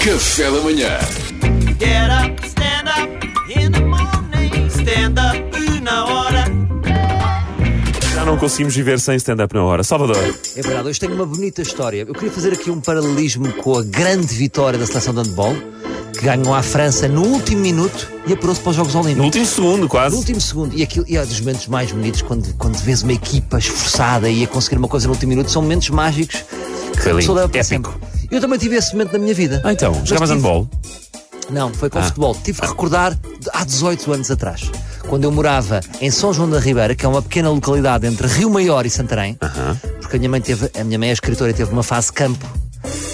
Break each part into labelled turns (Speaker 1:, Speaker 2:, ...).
Speaker 1: Café da manhã.
Speaker 2: Get up, stand up in the morning. Stand up na hora.
Speaker 3: Já não conseguimos viver sem stand-up na hora. Salvador,
Speaker 4: É verdade, hoje tenho uma bonita história. Eu queria fazer aqui um paralelismo com a grande vitória da seleção de handball, que ganhou à França no último minuto e apurou-se para os Jogos
Speaker 3: no
Speaker 4: Olímpicos.
Speaker 3: último segundo
Speaker 4: No
Speaker 3: quase.
Speaker 4: último segundo, e, aquilo, e há dos momentos mais bonitos quando, quando vês uma equipa esforçada e a conseguir uma coisa no último minuto, são momentos mágicos que
Speaker 3: Foi
Speaker 4: a
Speaker 3: lindo,
Speaker 4: pessoa leva para
Speaker 3: épico.
Speaker 4: sempre. Eu também tive esse momento na minha vida.
Speaker 3: Ah, então,
Speaker 4: Mas
Speaker 3: jogavas
Speaker 4: tive-
Speaker 3: handball.
Speaker 4: não, foi
Speaker 3: Ah.
Speaker 4: com futebol. Tive que recordar de- há 18 anos atrás, quando eu morava em São João da Ribeira, que é uma pequena localidade entre Rio Maior e Santarém, porque a minha mãe teve, a minha mãe é escritora e teve uma fase campo.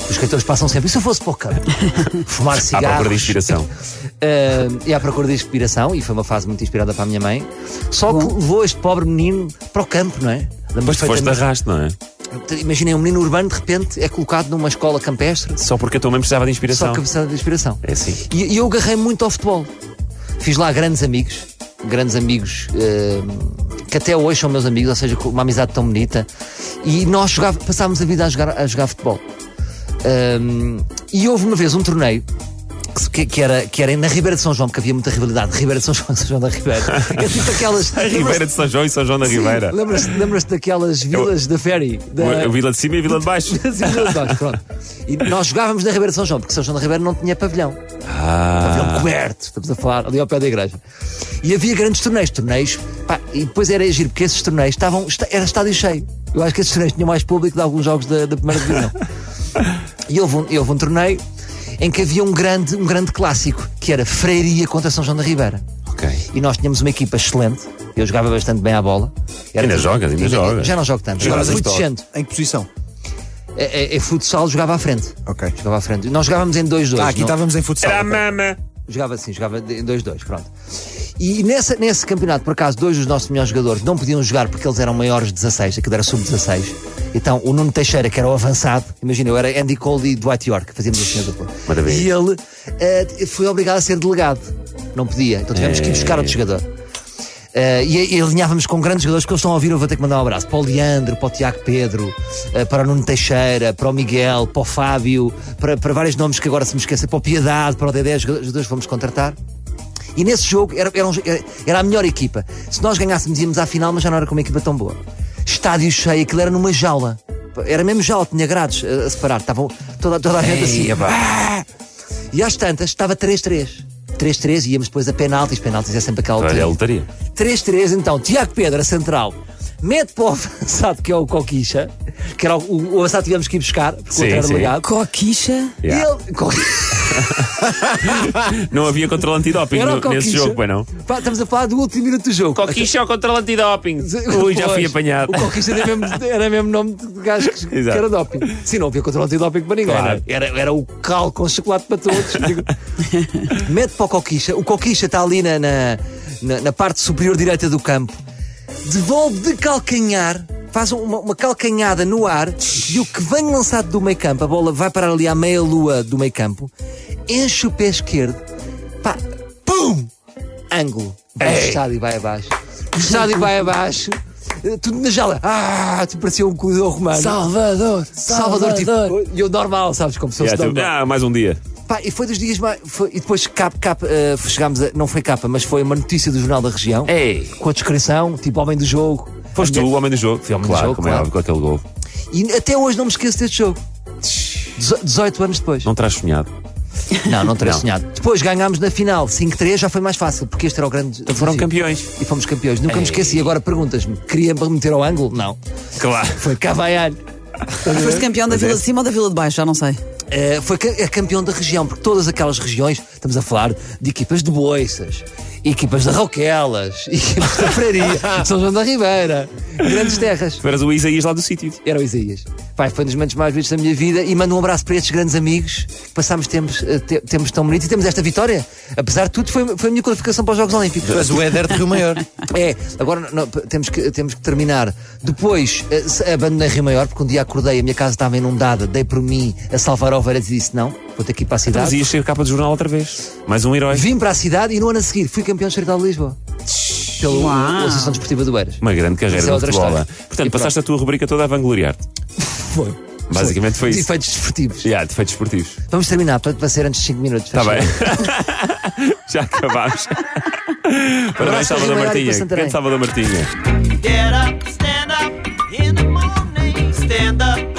Speaker 4: Os escritores passam sempre, e se eu fosse para o campo? Fumar
Speaker 3: À
Speaker 4: cigarros.
Speaker 3: procura de inspiração.
Speaker 4: Eh, e à procura de inspiração, e foi uma fase muito inspirada para a minha mãe. Só que levou este pobre menino para o campo, não é?
Speaker 3: Mas tu foste de arrasto, não é?
Speaker 4: Imaginem, um menino urbano de repente é colocado numa escola campestre
Speaker 3: Só porque a tua mãe precisava de
Speaker 4: só
Speaker 3: inspiração.
Speaker 4: cabeçada de inspiração.
Speaker 3: É assim.
Speaker 4: E, e eu agarrei muito ao futebol. Fiz lá grandes amigos, grandes amigos eh, que até hoje são meus amigos, ou seja, com uma amizade tão bonita. E nós jogava- passávamos a vida a jogar, a jogar futebol. Ahm, e houve uma vez um torneio. que se- Que, que era, que era na Ribeira de São João, porque havia muita rivalidade. Ribeira de São João, São João da Ribeira. É tipo aquelas.
Speaker 3: A Ribeira de São João e São João da Ribeira.
Speaker 4: Lembras-te lembras-te daquelas vilas da Ferry? Da,
Speaker 3: A vila de cima e a vila de baixo.
Speaker 4: das Ilhas Dores, pronto. E nós jogávamos na Ribeira de São João, porque São João da Ribeira não tinha pavilhão. Pavilhão coberto, estamos a falar, ali ao pé da igreja. E havia grandes torneios, torneios, pá, e depois era giro, porque esses torneios estavam, esta- era estádio cheio. Eu acho que esses torneios tinham mais público de alguns jogos da, da primeira divisão. e houve um, e houve um torneio em que havia um grande, um grande clássico, que era Freiria contra São João da Ribeira.
Speaker 3: Ok.
Speaker 4: E nós tínhamos uma equipa excelente, eu jogava bastante bem à bola. Era- tipo-
Speaker 3: Ainda jogas, ainda jogas.
Speaker 4: Já não jogo tanto, agora
Speaker 3: Jogas
Speaker 4: fui
Speaker 3: em toque.
Speaker 4: descendo.
Speaker 5: Em que posição?
Speaker 4: É, é- é futsal, jogava à frente.
Speaker 5: Ok.
Speaker 4: Jogava à frente. Nós jogávamos em 2-2.
Speaker 5: Ah, aqui
Speaker 4: não-
Speaker 5: estávamos em futsal.
Speaker 3: Era a
Speaker 5: ok.
Speaker 3: mama.
Speaker 4: Jogava assim, jogava de- em 2-2, pronto. E nessa, nesse campeonato, por acaso, dois dos nossos melhores jogadores não podiam jogar porque eles eram maiores de 16, aquilo era sub-16. Então o Nuno Teixeira, que era o avançado, imagina, eu era Andy Cole e Dwight York, fazíamos assim a dupla.
Speaker 3: Maravilha.
Speaker 4: E ele eh, foi obrigado a ser delegado. Não podia, então tivemos que ir buscar outro jogador. Eh, e, e alinhávamos com grandes jogadores que eles estão a ouvir. Eu vou ter que mandar um abraço para o Leandro, para o Tiago Pedro, eh, para o Nuno Teixeira, para o Miguel, para o Fábio, para, para vários nomes que agora se me esquecem, para o Piedade, para o Dedé, os jogadores que vamos contratar. E nesse jogo era, era um jo- era- era a melhor equipa. Se nós ganhássemos, íamos à final, mas já não era com uma equipa tão boa. Estádio cheio, aquilo era numa jaula. Era mesmo jaula, tinha grades eh, a, a separar. Estavam toda, toda a gente assim. "Ah!" E às tantas, estava 3-3. 3-3, íamos depois a penaltis. Penaltis é sempre aquela
Speaker 3: Olha, a
Speaker 4: altura.
Speaker 3: lotaria.
Speaker 4: 3-3, então, Tiago Pedro, a central, mete para o avançado, que é o Coquicha, que era o, o avançado tivemos que ir buscar, porque
Speaker 3: Sim,
Speaker 4: o outro era
Speaker 3: sim.
Speaker 4: legado.
Speaker 6: Coquicha?
Speaker 4: E
Speaker 3: Yeah.
Speaker 4: ele. Co-
Speaker 3: Não havia controle antidoping
Speaker 4: Era
Speaker 3: no-
Speaker 4: o Coquicha.
Speaker 3: nesse jogo, pois não?
Speaker 4: Pá, estamos a falar do último minuto do jogo.
Speaker 3: Coquicha é o controle antidoping. Ui, já fui
Speaker 4: Pois,
Speaker 3: apanhado.
Speaker 4: O Coquicha era mesmo, era mesmo nome de gajo que, que
Speaker 3: Exato.
Speaker 4: era doping. Sim, não havia controle antidoping para ninguém.
Speaker 3: Claro.
Speaker 4: não é? Era, era o cal com chocolate para todos. Digo, Mete para o Coquicha. O Coquicha está ali na, na, na- na parte superior direita do campo. Devolve de calcanhar. Faz uma, uma calcanhada no ar e o que vem lançado do meio campo, a bola vai parar ali à meia lua do meio campo, enche o pé esquerdo, pá, pum! ângulo. Vai ao estádio e vai abaixo. O estádio vai abaixo. Eh, Tudo na jala. Ah, tu parecia um corredor romano.
Speaker 6: Salvador!
Speaker 4: Salvador, tipo. E eu normal, sabes como sou
Speaker 3: Yeah, tu-
Speaker 4: normal.
Speaker 3: Ah, mais um dia.
Speaker 4: Pá, e foi dos dias mais. foi- e depois cap, cap, eh, chegámos a. Não foi capa, mas foi uma notícia do Jornal da Região.
Speaker 3: Ei.
Speaker 4: Com a descrição, tipo homem do jogo.
Speaker 3: Foste tu o homem do jogo.
Speaker 4: Fui homem do
Speaker 3: claro,
Speaker 4: jogo,
Speaker 3: como é
Speaker 4: claro.
Speaker 3: óbvio, com aquele gol.
Speaker 4: E até hoje não me esqueço deste jogo. Dezo- 18 anos depois.
Speaker 3: Não terás sonhado.
Speaker 4: Não, não terei
Speaker 3: Não.
Speaker 4: sonhado. Depois ganhámos na final 5-3, já foi mais fácil, porque este era o grande.
Speaker 3: Então foram
Speaker 4: desafio.
Speaker 3: campeões.
Speaker 4: E fomos campeões. Nunca me esqueci. Agora perguntas-me, queria meter ao ângulo? Não.
Speaker 3: Claro.
Speaker 4: Foi Cavaiano.
Speaker 6: Foste campeão da
Speaker 3: é.
Speaker 6: Vila de Cima ou da Vila de Baixo? Já não sei.
Speaker 4: Eh, foi ca- é campeão da região, porque todas aquelas regiões, estamos a falar de equipas de Boiças, equipas de Roquelas, equipas da Freiraria, São João da Ribeira, grandes terras.
Speaker 3: Tu eras o Isaías lá do sítio.
Speaker 4: Era o Isaías. Pai, foi um dos momentos mais bonitos da minha vida e mando um abraço para estes grandes amigos. Passámos tempos, eh, te- tempos tão bonitos e temos esta vitória. Apesar de tudo, foi, foi a minha qualificação para os Jogos Olímpicos.
Speaker 5: Tu és o Éder de Rio Maior.
Speaker 4: É, agora não, não, p- temos, que, temos que terminar. Depois eh, se- abandonei Rio Maior, porque um dia acordei, a minha casa estava inundada, dei por mim a salvar ovelhas e disse: não, vou ter que ir para a
Speaker 5: Então
Speaker 4: cidade.
Speaker 3: Mas ias ser capa de jornal outra vez. Mais um
Speaker 5: é?
Speaker 3: herói.
Speaker 4: Vim para a cidade e no ano a seguir fui campeão de Charital de Lisboa. Pela Associação Desportiva do Eras.
Speaker 3: Uma grande carreira
Speaker 4: Isso é
Speaker 3: de
Speaker 4: outra
Speaker 3: futebol.
Speaker 4: história.
Speaker 3: Portanto, passaste a tua rubrica toda a vangloriar-te.
Speaker 4: Foi.
Speaker 3: Basicamente foi isso.
Speaker 4: Efeitos desportivos.
Speaker 3: Yeah, defeitos esportivos.
Speaker 4: Vamos terminar, portanto, vai ser antes de 5 minutos.
Speaker 5: Tá
Speaker 3: Está Tá bem. Já acabámos. Parabéns,
Speaker 4: Abraço a
Speaker 3: Salvador
Speaker 4: Ribeirão e para
Speaker 3: Martinha.
Speaker 4: Santarém.
Speaker 3: Grande Salvador Martinha.
Speaker 2: Get up, stand up in the morning, stand up.